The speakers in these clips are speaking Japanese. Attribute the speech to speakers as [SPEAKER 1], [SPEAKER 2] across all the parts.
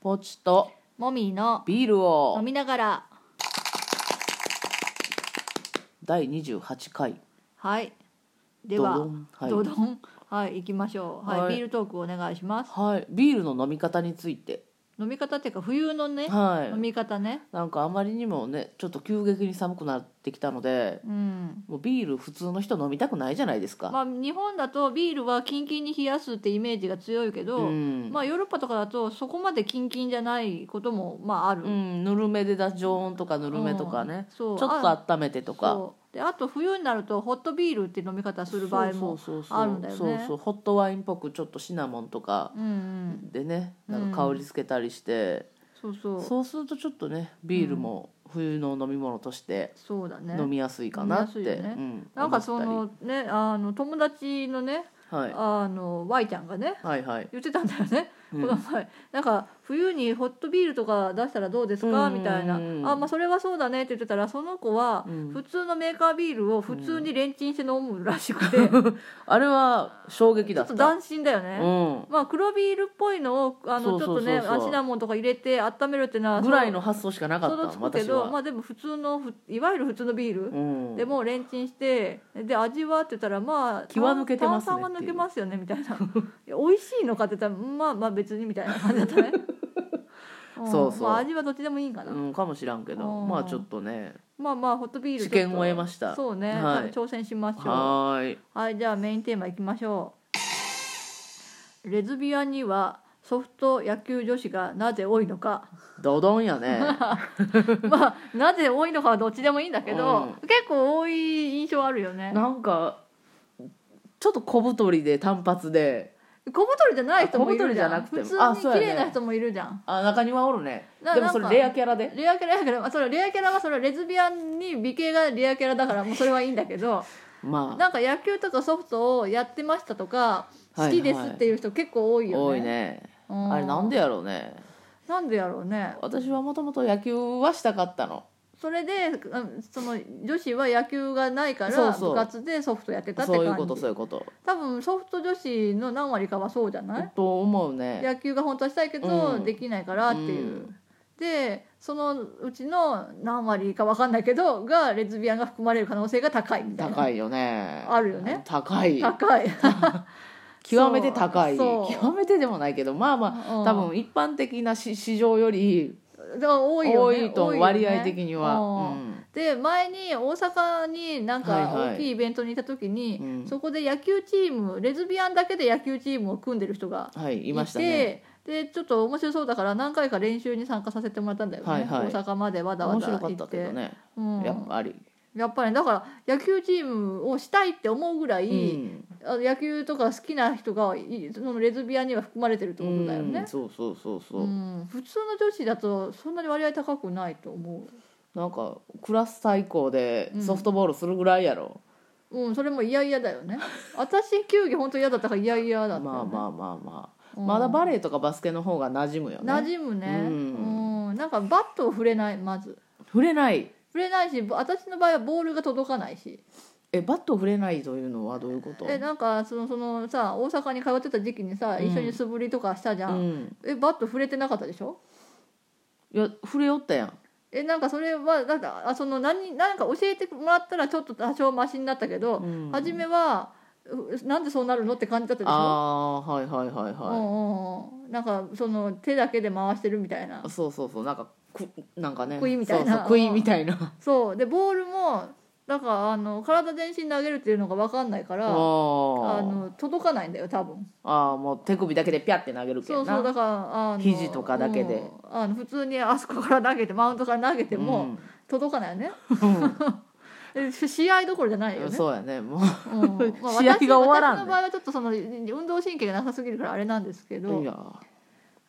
[SPEAKER 1] ポチと
[SPEAKER 2] もみの
[SPEAKER 1] ビールを
[SPEAKER 2] 飲みながら
[SPEAKER 1] 第28回
[SPEAKER 2] はいで
[SPEAKER 1] ド
[SPEAKER 2] は
[SPEAKER 1] ドンはい
[SPEAKER 2] ドドンはい行きましょうはい、
[SPEAKER 1] はい
[SPEAKER 2] ビールトークお願いします
[SPEAKER 1] はいビールの飲み方について
[SPEAKER 2] 飲み方っていうか冬のね、飲
[SPEAKER 1] はい
[SPEAKER 2] み方ね
[SPEAKER 1] なんかあまりにもねちょっと急激に寒くなってきたので
[SPEAKER 2] うん
[SPEAKER 1] もうビール普通の人飲みたくないじゃないですか、
[SPEAKER 2] まあ日本だとビールはキンキンに冷やすってイメージが強いけど、
[SPEAKER 1] うん
[SPEAKER 2] まあヨーロッパとかだとそこまでキンキンじゃないこともまあある、
[SPEAKER 1] うん、ぬるめでだ常温とかぬるめとかね、
[SPEAKER 2] うんそう
[SPEAKER 1] ちょっ
[SPEAKER 2] あ
[SPEAKER 1] と温めてとか
[SPEAKER 2] そうであと冬になるとホットビールって飲み方する場合もう
[SPEAKER 1] そうそうそう
[SPEAKER 2] あるんだよね
[SPEAKER 1] そうそうホットワインっぽくちょっとシナモンとか
[SPEAKER 2] んうん
[SPEAKER 1] でね、なんか香りつけたりして、
[SPEAKER 2] そうそうそう
[SPEAKER 1] そうするとちょっとねビールも冬の飲み物として
[SPEAKER 2] だね
[SPEAKER 1] 飲みやすいかなって、
[SPEAKER 2] 飲みやすいよね
[SPEAKER 1] うん
[SPEAKER 2] なんかそ
[SPEAKER 1] 思っ
[SPEAKER 2] のねあの友達のね
[SPEAKER 1] たりは
[SPEAKER 2] あの Y ちゃんがね
[SPEAKER 1] い、はいはい
[SPEAKER 2] 言ってたんだよね、
[SPEAKER 1] うん
[SPEAKER 2] この前なんか冬にホットビールとか出したらどうですか
[SPEAKER 1] うん
[SPEAKER 2] みたいなあまあそれはそうだねって言ってたらその子は
[SPEAKER 1] うん
[SPEAKER 2] 普通のメーカービールを普通にレンチンして飲むらしくて、
[SPEAKER 1] あれは衝撃
[SPEAKER 2] ち
[SPEAKER 1] だ
[SPEAKER 2] ょっ
[SPEAKER 1] っ
[SPEAKER 2] と
[SPEAKER 1] た
[SPEAKER 2] 斬新だよね、
[SPEAKER 1] うん
[SPEAKER 2] まあ黒ビールっぽいのをあ
[SPEAKER 1] そ
[SPEAKER 2] の
[SPEAKER 1] う
[SPEAKER 2] ち
[SPEAKER 1] そ
[SPEAKER 2] ょっ
[SPEAKER 1] う
[SPEAKER 2] と
[SPEAKER 1] そう
[SPEAKER 2] ね
[SPEAKER 1] そう
[SPEAKER 2] あシナモンとか入れて温めるっていうのは
[SPEAKER 1] ぐらいの発想しかなか
[SPEAKER 2] 想
[SPEAKER 1] っ
[SPEAKER 2] 像
[SPEAKER 1] た
[SPEAKER 2] つくけ
[SPEAKER 1] 私
[SPEAKER 2] ど
[SPEAKER 1] は、
[SPEAKER 2] まあでも普通のふいわゆる普通のビール、
[SPEAKER 1] うん、
[SPEAKER 2] でもレンチンしてで味はって言ったらまあ
[SPEAKER 1] 気は抜けてますね
[SPEAKER 2] 炭炭酸は抜けますよねみたいな いや美味しいのかって言ったらまあまあ別にみたいな感じだったね、ん
[SPEAKER 1] そうそう
[SPEAKER 2] まあ、味はどっちでもいいんかな、
[SPEAKER 1] うん、かもしらんけど
[SPEAKER 2] うん
[SPEAKER 1] まあちょっとね
[SPEAKER 2] まあまあホットビール
[SPEAKER 1] 知見を得ました
[SPEAKER 2] そうね、
[SPEAKER 1] はい
[SPEAKER 2] 多分挑戦しましょうは
[SPEAKER 1] はーい
[SPEAKER 2] いじゃあメインテーマいきましょうレズビアンにはソフト野球女子がなぜ多い のか
[SPEAKER 1] ドドンやね
[SPEAKER 2] まあなぜ多いのかはどっちでもいいんだけど、
[SPEAKER 1] うん
[SPEAKER 2] 結構多い印象あるよね
[SPEAKER 1] なんかちょっと小太りで単発で
[SPEAKER 2] 小太りじゃない人もいるじゃん
[SPEAKER 1] あ小太りじゃなくても
[SPEAKER 2] 普通に綺麗な人もいるじゃん、
[SPEAKER 1] あ中庭おるね
[SPEAKER 2] な
[SPEAKER 1] でもそれ
[SPEAKER 2] なんか
[SPEAKER 1] レアキャラで
[SPEAKER 2] レアキャラやけどまあそれはレアキャラはそれはレズビアンに美形がレアキャラだからもうそれはいいんだけど
[SPEAKER 1] まあ
[SPEAKER 2] なんか野球とかソフトをやってましたとか
[SPEAKER 1] はい
[SPEAKER 2] 好きですっていう人結構多いよね、
[SPEAKER 1] 多いね
[SPEAKER 2] う
[SPEAKER 1] あれなんでやろうね
[SPEAKER 2] なんでやろうね
[SPEAKER 1] 私はもともと野球はしたかったの
[SPEAKER 2] それでうんその女子は野球がないか
[SPEAKER 1] そ
[SPEAKER 2] ら
[SPEAKER 1] うそう
[SPEAKER 2] 部活でソフトやってたって
[SPEAKER 1] そういう
[SPEAKER 2] 感
[SPEAKER 1] こと
[SPEAKER 2] じ
[SPEAKER 1] そういうこと
[SPEAKER 2] 多分ソフト女子の何割かはそうじゃない
[SPEAKER 1] と思うね
[SPEAKER 2] 野球が本当はしたいけど、
[SPEAKER 1] うん
[SPEAKER 2] できないからっていう、
[SPEAKER 1] うん
[SPEAKER 2] でそのうちの何割か分かんないけどがレズビアンが含まれる可能性が高いみたいな
[SPEAKER 1] 高いよね
[SPEAKER 2] あるよね
[SPEAKER 1] 高い
[SPEAKER 2] 高い
[SPEAKER 1] 極めて高い
[SPEAKER 2] そうそう
[SPEAKER 1] 極めてでもないけどまあま
[SPEAKER 2] う
[SPEAKER 1] あ
[SPEAKER 2] ん
[SPEAKER 1] 多分一般的な市市場より
[SPEAKER 2] だから多いよ
[SPEAKER 1] 多
[SPEAKER 2] ね
[SPEAKER 1] いと思う
[SPEAKER 2] よね
[SPEAKER 1] 割合的には
[SPEAKER 2] うん
[SPEAKER 1] うん
[SPEAKER 2] で前に大阪になんか
[SPEAKER 1] はいはい
[SPEAKER 2] 大きいイベントにいた時に、
[SPEAKER 1] うん
[SPEAKER 2] そこで野球チームレズビアンだけで野球チームを組んでる人が
[SPEAKER 1] はいい
[SPEAKER 2] い
[SPEAKER 1] ましたね
[SPEAKER 2] てでちょっと面白そうだから何回か練習に参加させてもらったんだよね、
[SPEAKER 1] はいはい
[SPEAKER 2] 大阪までわざわ
[SPEAKER 1] 面
[SPEAKER 2] ざ行
[SPEAKER 1] 白
[SPEAKER 2] って
[SPEAKER 1] かったけどね
[SPEAKER 2] うん、
[SPEAKER 1] やっぱり
[SPEAKER 2] やっぱりだから野球チームをしたいって思うぐらい、
[SPEAKER 1] うん
[SPEAKER 2] あの野球とか好きな人がいそのレズビアンには含まれてるってことだよ
[SPEAKER 1] う
[SPEAKER 2] ね、
[SPEAKER 1] ん、そうそうそうそううん
[SPEAKER 2] 普通の女子だとそんなに割合高くないと思
[SPEAKER 1] なんかクラス対抗で
[SPEAKER 2] うん
[SPEAKER 1] ソフトボールするぐらいやろ、
[SPEAKER 2] う、うん、それも嫌々だ よね私球技本当嫌だったから嫌々だったよね、
[SPEAKER 1] まあまあまあまあ、
[SPEAKER 2] うん
[SPEAKER 1] まだバレーとかバスケの方が馴染むよ
[SPEAKER 2] 馴
[SPEAKER 1] ね
[SPEAKER 2] 染むね
[SPEAKER 1] う
[SPEAKER 2] うんん、なんかバットを触れないまず
[SPEAKER 1] 触れない
[SPEAKER 2] 触れないし私の場合はボールが届かないし
[SPEAKER 1] えバット触れないというのはどういうこと
[SPEAKER 2] えなんかそのそのさ大阪に通ってた時期にさ一緒に素振りとかしたじゃ、
[SPEAKER 1] うんん
[SPEAKER 2] えバット触れてなかったでしょ
[SPEAKER 1] いや触れよったやん
[SPEAKER 2] えなんかそれはなんかあその何何か教えてもらったらちょっと多少マシになったけど、
[SPEAKER 1] うん
[SPEAKER 2] 初めはうなんでそうなるのって感じだったでしょ
[SPEAKER 1] ああーはいはいはい
[SPEAKER 2] うん
[SPEAKER 1] は、
[SPEAKER 2] うんうんなんかその手だけで回してるみたいない
[SPEAKER 1] そうそうそうなんかくなんかね
[SPEAKER 2] 杭みたいな
[SPEAKER 1] そうそう杭みたいな
[SPEAKER 2] そうでボールもなんかあの体全身投げるっていうのが分かんないか
[SPEAKER 1] あ
[SPEAKER 2] ら
[SPEAKER 1] ー
[SPEAKER 2] あの届かないんだよ多分
[SPEAKER 1] あーもう手首だけでピャって投げるけ
[SPEAKER 2] そ
[SPEAKER 1] ど
[SPEAKER 2] う
[SPEAKER 1] な
[SPEAKER 2] そうだからあの
[SPEAKER 1] 肘とかだけで
[SPEAKER 2] うんあの普通にあそこから投げてマウントから投げても届かないよね、で試合どころじゃないうよ
[SPEAKER 1] ん、
[SPEAKER 2] ね
[SPEAKER 1] そうやねも
[SPEAKER 2] うんまあ
[SPEAKER 1] 試合が終わらんね
[SPEAKER 2] 私私の場合はちょっとその運動神経がなさすぎるからあれなんですけ
[SPEAKER 1] う
[SPEAKER 2] ど
[SPEAKER 1] いや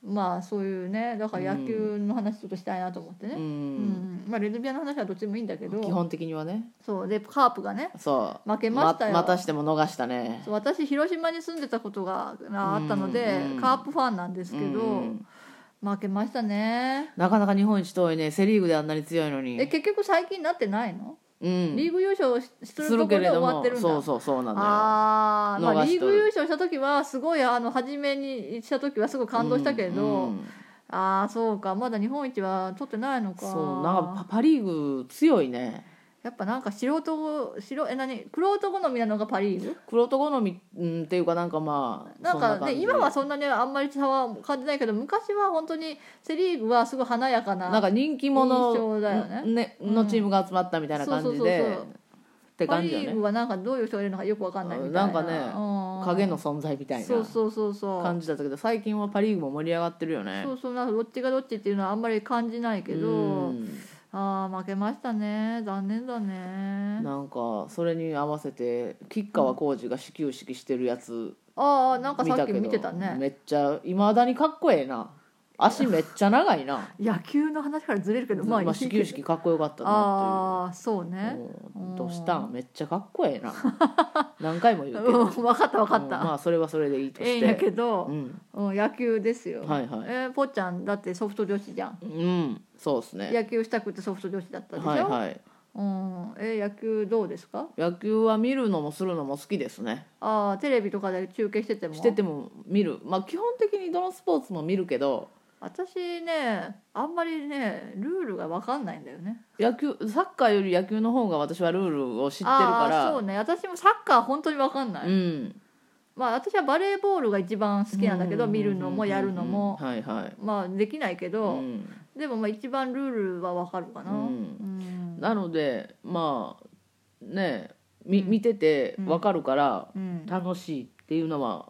[SPEAKER 2] まあそういうねだから野球の話ちょっとしたいなと思って
[SPEAKER 1] う
[SPEAKER 2] ね、うん
[SPEAKER 1] ん、
[SPEAKER 2] まあ、レズビアンの話はどっちでもいいんだけ
[SPEAKER 1] 基
[SPEAKER 2] ど
[SPEAKER 1] 本的にはね
[SPEAKER 2] そうでカープがね
[SPEAKER 1] そう
[SPEAKER 2] 負けましたよ、
[SPEAKER 1] またしても逃したね
[SPEAKER 2] そう私広島に住んでたことがあったので、
[SPEAKER 1] うん
[SPEAKER 2] カープファンなんですけど、
[SPEAKER 1] うん
[SPEAKER 2] 負けましたね
[SPEAKER 1] なかなか日本一遠いねセ・リーグであんなに強いの
[SPEAKER 2] え
[SPEAKER 1] に、
[SPEAKER 2] 結局最近なってないの、
[SPEAKER 1] うん、
[SPEAKER 2] リーグ優勝しす
[SPEAKER 1] す
[SPEAKER 2] ると
[SPEAKER 1] る
[SPEAKER 2] こ
[SPEAKER 1] け
[SPEAKER 2] ろで
[SPEAKER 1] れ
[SPEAKER 2] 終
[SPEAKER 1] ど
[SPEAKER 2] わっ
[SPEAKER 1] も
[SPEAKER 2] てるんだ
[SPEAKER 1] そうそうそうなんだよ
[SPEAKER 2] あー、まあ
[SPEAKER 1] 逃し
[SPEAKER 2] リー
[SPEAKER 1] と
[SPEAKER 2] グ
[SPEAKER 1] る
[SPEAKER 2] 優勝した時はすごいあの初めにした時はすごい感動したけど、
[SPEAKER 1] うんうん
[SPEAKER 2] ああそうかまだ日本一は取ってないのか
[SPEAKER 1] そうなんかパ・パリーグ強いね
[SPEAKER 2] やっぱなんか素人素え何クロート好みなのがパ・リーグ
[SPEAKER 1] 黒人好み、うん、っていうかなんかまあ
[SPEAKER 2] なん
[SPEAKER 1] そ
[SPEAKER 2] か
[SPEAKER 1] 感
[SPEAKER 2] ね
[SPEAKER 1] じ
[SPEAKER 2] 今はそんなにあんまり差は感じないけど昔は本当にセ・リーグはすごい華やかな
[SPEAKER 1] なんか人気者
[SPEAKER 2] 印象だよねうん
[SPEAKER 1] のチームが集まったみたいな感じ
[SPEAKER 2] そうそう
[SPEAKER 1] で
[SPEAKER 2] そうそう
[SPEAKER 1] って
[SPEAKER 2] パ・
[SPEAKER 1] 感じ
[SPEAKER 2] リ
[SPEAKER 1] よ
[SPEAKER 2] ー
[SPEAKER 1] ね
[SPEAKER 2] グはなんかどういう人がいるのかよくわかんないみたいな
[SPEAKER 1] なんかね
[SPEAKER 2] うん
[SPEAKER 1] 影の存在みたい
[SPEAKER 2] そう
[SPEAKER 1] な
[SPEAKER 2] そうそうそう
[SPEAKER 1] 感じだったけど最近はパ・リーグも盛り上がってるよね
[SPEAKER 2] そうそうなんかどっちがどっちっていうのはあんまり感じないけど、
[SPEAKER 1] うん
[SPEAKER 2] ああ負けましたね残念だね
[SPEAKER 1] なんかそれに合わせて吉川浩司が始球式してるやつ
[SPEAKER 2] ああなんか
[SPEAKER 1] 見
[SPEAKER 2] さったき
[SPEAKER 1] けど
[SPEAKER 2] 見てたね
[SPEAKER 1] めっちゃいまだにかっこええな足めっちゃ長い な
[SPEAKER 2] 野球の話からずれるけど
[SPEAKER 1] ま
[SPEAKER 2] まあ
[SPEAKER 1] あ始球式かっこよかったなっ
[SPEAKER 2] ああそう
[SPEAKER 1] ていう
[SPEAKER 2] ね、
[SPEAKER 1] う
[SPEAKER 2] うんん
[SPEAKER 1] どうしたんめっちゃかっこ ええな何回も言う
[SPEAKER 2] う
[SPEAKER 1] け
[SPEAKER 2] ん、
[SPEAKER 1] ど
[SPEAKER 2] 分かった分かった、
[SPEAKER 1] うんまあそれはそれでいいと
[SPEAKER 2] ええ
[SPEAKER 1] し
[SPEAKER 2] んや
[SPEAKER 1] て
[SPEAKER 2] けど
[SPEAKER 1] う、ん
[SPEAKER 2] うん、野球ですよ、
[SPEAKER 1] はいはい
[SPEAKER 2] えーぽっちゃんだってソフト女子じゃん
[SPEAKER 1] うんそうですね
[SPEAKER 2] 野球したくてソフト女子だったでしょ、
[SPEAKER 1] はいはい
[SPEAKER 2] うんえー野球どうですか
[SPEAKER 1] 野球は見るのもするのも好きですね
[SPEAKER 2] ああテレビとかで中継してても
[SPEAKER 1] してても見るまあ基本的にどのスポーツも見るけど
[SPEAKER 2] 私ねあんまりねルールが分かんないんだよね
[SPEAKER 1] 野球サッカーより野球の方が私はルールを知ってる
[SPEAKER 2] ああ
[SPEAKER 1] か
[SPEAKER 2] そうね私もサッカー本当に分かんな
[SPEAKER 1] ら
[SPEAKER 2] い、
[SPEAKER 1] うん
[SPEAKER 2] まあ私はバレーボールが一番好きなんだけど、見るのもやるのも、
[SPEAKER 1] うんはいはい
[SPEAKER 2] まあできないけど、
[SPEAKER 1] うん
[SPEAKER 2] でもまあ一番ルールは分かるかな、
[SPEAKER 1] うん
[SPEAKER 2] うん
[SPEAKER 1] なのでまあねみ
[SPEAKER 2] うん
[SPEAKER 1] 見てて
[SPEAKER 2] うん
[SPEAKER 1] 分かるから
[SPEAKER 2] うん
[SPEAKER 1] 楽しいっていうのは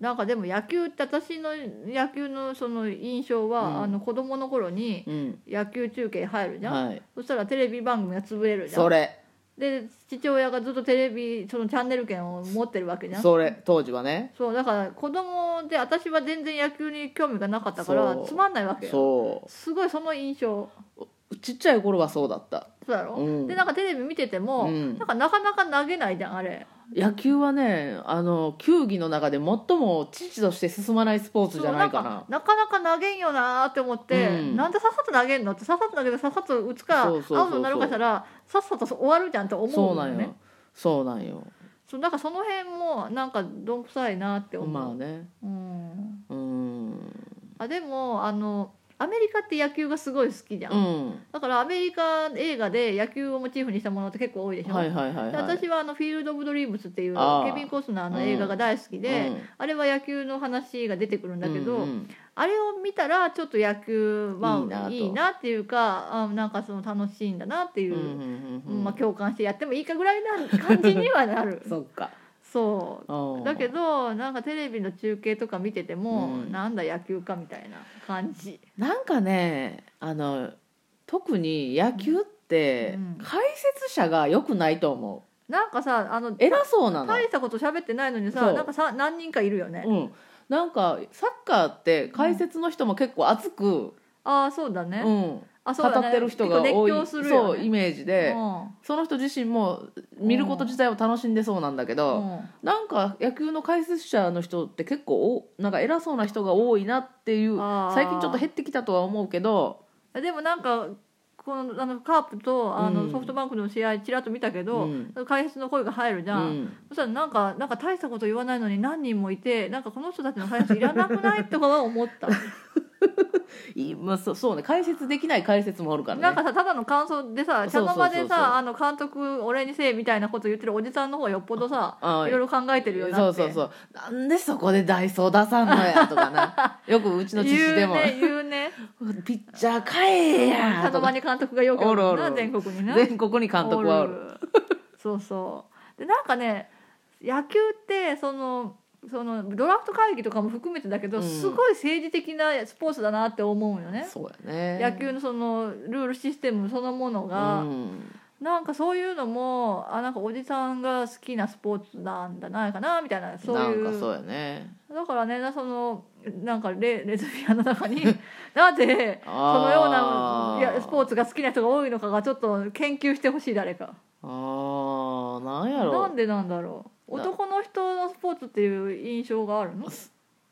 [SPEAKER 2] なんかでも野球って私の野球のその印象は、
[SPEAKER 1] うん
[SPEAKER 2] あの子供の頃に
[SPEAKER 1] うん
[SPEAKER 2] 野球中継入るじゃん、
[SPEAKER 1] はい
[SPEAKER 2] そしたらテレビ番組が潰れるじゃ
[SPEAKER 1] そ
[SPEAKER 2] ん
[SPEAKER 1] れ
[SPEAKER 2] で父親がずっとテレビそのチャンネル権を持ってるわけじゃん
[SPEAKER 1] それ当時はね
[SPEAKER 2] そうだから子供で私は全然野球に興味がなかったから
[SPEAKER 1] そう
[SPEAKER 2] つまんないわけよ
[SPEAKER 1] そ
[SPEAKER 2] すごいその印象
[SPEAKER 1] うちっちゃい頃はそうだった
[SPEAKER 2] そうだろ、
[SPEAKER 1] うん
[SPEAKER 2] でなんかテレビ見てても、
[SPEAKER 1] うん
[SPEAKER 2] なんかなかなか投げないじゃんあれ
[SPEAKER 1] 野球はねあの球技の中で最も父として進まないスポーツじゃないかな
[SPEAKER 2] そうなんかなかなか投げんよなーって思って、
[SPEAKER 1] うん
[SPEAKER 2] なんでさっさと投げんのってさっさと投げてさっさと打つか
[SPEAKER 1] そうそうそうそう
[SPEAKER 2] アウトになるかしたらさっさと終わるじゃんと思
[SPEAKER 1] そう
[SPEAKER 2] うの
[SPEAKER 1] な
[SPEAKER 2] よ
[SPEAKER 1] ん
[SPEAKER 2] ね
[SPEAKER 1] よそうなんよ
[SPEAKER 2] そうなんかその辺もなんかどんくさいなって思う、
[SPEAKER 1] まあね
[SPEAKER 2] うん、
[SPEAKER 1] うん
[SPEAKER 2] あでもあのアメリカって野球がすごい好きじゃん、
[SPEAKER 1] うん
[SPEAKER 2] だからアメリカ映画で野球をモチーフにしたものって結構多いでしょ、
[SPEAKER 1] はいはいはい
[SPEAKER 2] で
[SPEAKER 1] はい
[SPEAKER 2] 私はあの「フィールド・オブ・ドリームス」っていう
[SPEAKER 1] あー
[SPEAKER 2] ケビン・コスナーの映画が大好きで、
[SPEAKER 1] うん
[SPEAKER 2] あれは野球の話が出てくるんだけど、
[SPEAKER 1] うんうん
[SPEAKER 2] あれを見たらちょっと野球
[SPEAKER 1] いいな
[SPEAKER 2] は
[SPEAKER 1] と
[SPEAKER 2] いいなっていうかあなんかその楽しいんだなっていう、
[SPEAKER 1] うんうんうんうん
[SPEAKER 2] まあ、共感してやってもいいかぐらいな感じにはな る
[SPEAKER 1] そっか
[SPEAKER 2] そう
[SPEAKER 1] うん
[SPEAKER 2] だけどなんかテレビの中継とか見てても、
[SPEAKER 1] うん
[SPEAKER 2] なんだ野球かみたいな感じ
[SPEAKER 1] なんかねあの特に野球って
[SPEAKER 2] うん
[SPEAKER 1] 解説者が良くないと思
[SPEAKER 2] なんかさあの
[SPEAKER 1] う偉そうなの
[SPEAKER 2] 大したこと喋ってないのに
[SPEAKER 1] そ
[SPEAKER 2] さ
[SPEAKER 1] う
[SPEAKER 2] なんかさ何人かいるよね、
[SPEAKER 1] うんなんかサッカーって解説の人も結構熱く、
[SPEAKER 2] ああそうだね、
[SPEAKER 1] うん、
[SPEAKER 2] あそう
[SPEAKER 1] 語
[SPEAKER 2] だね
[SPEAKER 1] ってる人が多い、
[SPEAKER 2] 結構熱狂する
[SPEAKER 1] そ
[SPEAKER 2] よ、
[SPEAKER 1] う
[SPEAKER 2] ね、
[SPEAKER 1] イメージで、その人自身も見ること自体を楽しんでそうなんだけ
[SPEAKER 2] う
[SPEAKER 1] ど、
[SPEAKER 2] んうん
[SPEAKER 1] なんか野球の解説者の人って結構おなんか偉そうな人が多いなっていう
[SPEAKER 2] あー
[SPEAKER 1] 最近ちょっと減ってきたとは思うけど、
[SPEAKER 2] でもなんかこのあのカープとあ
[SPEAKER 1] う
[SPEAKER 2] の
[SPEAKER 1] ん
[SPEAKER 2] ソフトバンクの試合ちらっと見たけ
[SPEAKER 1] う
[SPEAKER 2] ど、
[SPEAKER 1] ん
[SPEAKER 2] 解説の声が入るじ
[SPEAKER 1] う
[SPEAKER 2] ゃん、
[SPEAKER 1] ん、
[SPEAKER 2] そしたらなんかなんか大したこと言わないのに何人もいてなんかこの人たちの解説いらなくないとかは思った
[SPEAKER 1] いいまあ、そうそうね解説できない解説もおるからね
[SPEAKER 2] なんかさただの感想でさ茶の間
[SPEAKER 1] そ
[SPEAKER 2] で
[SPEAKER 1] うそうそうそう
[SPEAKER 2] さあの監督俺にせえみたいなこと言ってるおじさんの方がよっぽどさ
[SPEAKER 1] あ
[SPEAKER 2] いろいろ考えてるように
[SPEAKER 1] そ
[SPEAKER 2] な
[SPEAKER 1] う
[SPEAKER 2] って
[SPEAKER 1] そうそうなんでそこでダイソー出さんのやとか なよくうちの父
[SPEAKER 2] 言う
[SPEAKER 1] でも、
[SPEAKER 2] ね言う ね
[SPEAKER 1] ピッチャーかえや
[SPEAKER 2] 茶
[SPEAKER 1] と
[SPEAKER 2] の間
[SPEAKER 1] か
[SPEAKER 2] に監督がよくおる
[SPEAKER 1] おるお
[SPEAKER 2] な
[SPEAKER 1] る
[SPEAKER 2] 全国にな
[SPEAKER 1] 全国に監督はおる
[SPEAKER 2] るそうそうでなんかね野球ってそのそのドラフト会議とかも含めてだけど、
[SPEAKER 1] うん
[SPEAKER 2] すごい政治的なスポーツだなって思うよね
[SPEAKER 1] そうやね
[SPEAKER 2] 野球のそのルールシステムそのものが、
[SPEAKER 1] うん
[SPEAKER 2] なんかそういうのもあなんかおじさんが好きなスポーツなんだないかなみたいなそういう
[SPEAKER 1] なんかそうやね
[SPEAKER 2] だからねなそのなんかレレズビアンの中 になぜ
[SPEAKER 1] そ
[SPEAKER 2] そのようないやスポーツが好きな人が多いのかがちょっと研究してほしい誰か。
[SPEAKER 1] あーなんや
[SPEAKER 2] な
[SPEAKER 1] ろ
[SPEAKER 2] んでなんだろう
[SPEAKER 1] な
[SPEAKER 2] 男の人のスポーツっていう印象があるの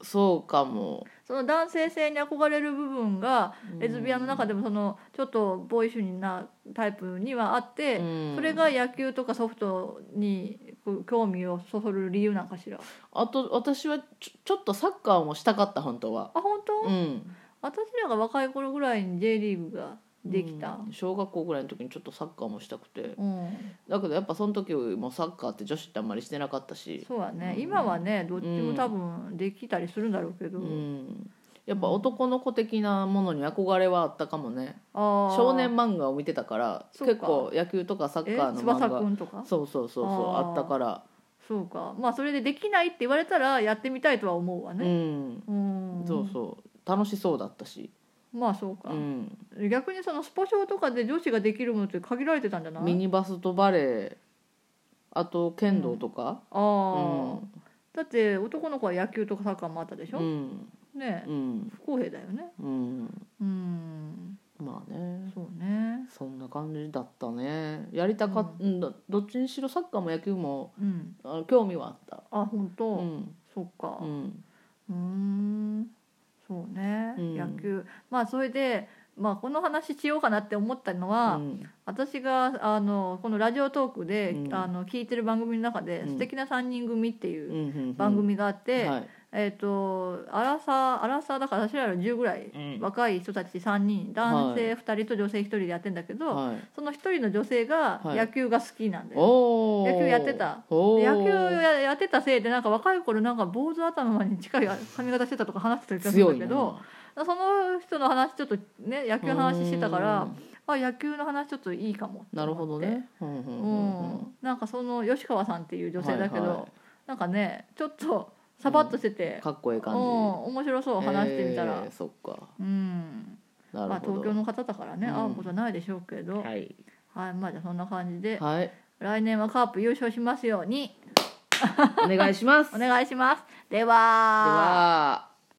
[SPEAKER 1] そうかも
[SPEAKER 2] その男性性に憧れる部分がレズビアンの中でもそのちょっとボーイッシュなタイプにはあって、
[SPEAKER 1] うん
[SPEAKER 2] それが野球とかソフトにこう興味をそそる理由なんかしらあ
[SPEAKER 1] あと私はちょちょっとサッカーもしたかった本当は
[SPEAKER 2] 本当、
[SPEAKER 1] うん
[SPEAKER 2] 私らが若い頃ぐらいに J リーグができた
[SPEAKER 1] うん小学校ぐらいの時にちょっとサッカーもしたくて
[SPEAKER 2] うん、
[SPEAKER 1] だけどやっぱその時もサッカーって女子ってあんまりしてなかったし
[SPEAKER 2] そうやね
[SPEAKER 1] うん
[SPEAKER 2] 今はねどっちも多分できたりするんだろうけど、
[SPEAKER 1] うんやっぱ男の子的なものに憧れはあったかもね
[SPEAKER 2] あー
[SPEAKER 1] 少年漫画を見てたから
[SPEAKER 2] そうか
[SPEAKER 1] 結構野球とかサッ
[SPEAKER 2] え
[SPEAKER 1] カーの
[SPEAKER 2] 翼く
[SPEAKER 1] 漫
[SPEAKER 2] んとか
[SPEAKER 1] 画そうそうそうそう
[SPEAKER 2] あー
[SPEAKER 1] あったから
[SPEAKER 2] そうかまあそれでできないって言われたらやってみたいとは思うわ
[SPEAKER 1] う
[SPEAKER 2] ね
[SPEAKER 1] ん
[SPEAKER 2] うん、
[SPEAKER 1] そうそう楽しそうだったし
[SPEAKER 2] まあそうか
[SPEAKER 1] う、ん
[SPEAKER 2] 逆にそのスポ少とかで女子ができるものって限られてたんじゃない
[SPEAKER 1] ミニバスとバレーあと剣道とか
[SPEAKER 2] あ
[SPEAKER 1] う
[SPEAKER 2] あ、
[SPEAKER 1] ん
[SPEAKER 2] だって男の子は野球とかサッカーもあったでしょ、
[SPEAKER 1] うん
[SPEAKER 2] ねえ
[SPEAKER 1] うん
[SPEAKER 2] 不公平だよね
[SPEAKER 1] うん
[SPEAKER 2] うん
[SPEAKER 1] まあね
[SPEAKER 2] そうね
[SPEAKER 1] そんな感じだったねやりたかっうんどどっちにしろサッカーも野球も
[SPEAKER 2] うん
[SPEAKER 1] あの興味はあった
[SPEAKER 2] あ本当、
[SPEAKER 1] うん
[SPEAKER 2] そっか
[SPEAKER 1] うん
[SPEAKER 2] うーんそうね、
[SPEAKER 1] うん
[SPEAKER 2] 野球まあそれで、まあ、この話しようかなって思ったの
[SPEAKER 1] う
[SPEAKER 2] は、
[SPEAKER 1] ん
[SPEAKER 2] 私があのこのラジオトークで、
[SPEAKER 1] うん
[SPEAKER 2] あの聞いてる番組の中で「
[SPEAKER 1] うん
[SPEAKER 2] 素敵な3人組」って
[SPEAKER 1] う
[SPEAKER 2] いうん
[SPEAKER 1] うん
[SPEAKER 2] 番組があって、
[SPEAKER 1] はい
[SPEAKER 2] えっ、とアラサーアラサーだから私らより10ぐらい、
[SPEAKER 1] うん
[SPEAKER 2] 若い人たち3人男性2人と女性1人でやってんだけど、
[SPEAKER 1] はい
[SPEAKER 2] その1人の女性が
[SPEAKER 1] はい
[SPEAKER 2] 野球が好きなんだよ、
[SPEAKER 1] おー
[SPEAKER 2] 野球やってた
[SPEAKER 1] お
[SPEAKER 2] で
[SPEAKER 1] ー
[SPEAKER 2] 野球ややってたせいでなんか若い頃なんか坊主頭に近い髪型してたとか話してた気がする
[SPEAKER 1] 強
[SPEAKER 2] ん
[SPEAKER 1] い
[SPEAKER 2] だ
[SPEAKER 1] な
[SPEAKER 2] けどその人の話ちょっとね野球の話してたから
[SPEAKER 1] うん
[SPEAKER 2] あ野球の話ちょっといいかも
[SPEAKER 1] なるほどねうんう
[SPEAKER 2] うんん、
[SPEAKER 1] うんうん
[SPEAKER 2] なんかその吉川さんっていう女性だけど、
[SPEAKER 1] はいは
[SPEAKER 2] なんかねちょっとサバッとしてて
[SPEAKER 1] い、かっこいい
[SPEAKER 2] うん、
[SPEAKER 1] 感じ
[SPEAKER 2] 面白そう話してみたら、
[SPEAKER 1] えーそっか
[SPEAKER 2] うん
[SPEAKER 1] な
[SPEAKER 2] ま
[SPEAKER 1] る
[SPEAKER 2] あ
[SPEAKER 1] ほど
[SPEAKER 2] 東京の方だからね、
[SPEAKER 1] うん
[SPEAKER 2] 会うことないでしょうけど、はい、
[SPEAKER 1] はい
[SPEAKER 2] まあじゃあそんな感じで、
[SPEAKER 1] はい
[SPEAKER 2] 来年はカープ優勝しますように
[SPEAKER 1] お願いします
[SPEAKER 2] お願いします。で
[SPEAKER 1] で
[SPEAKER 2] は
[SPEAKER 1] は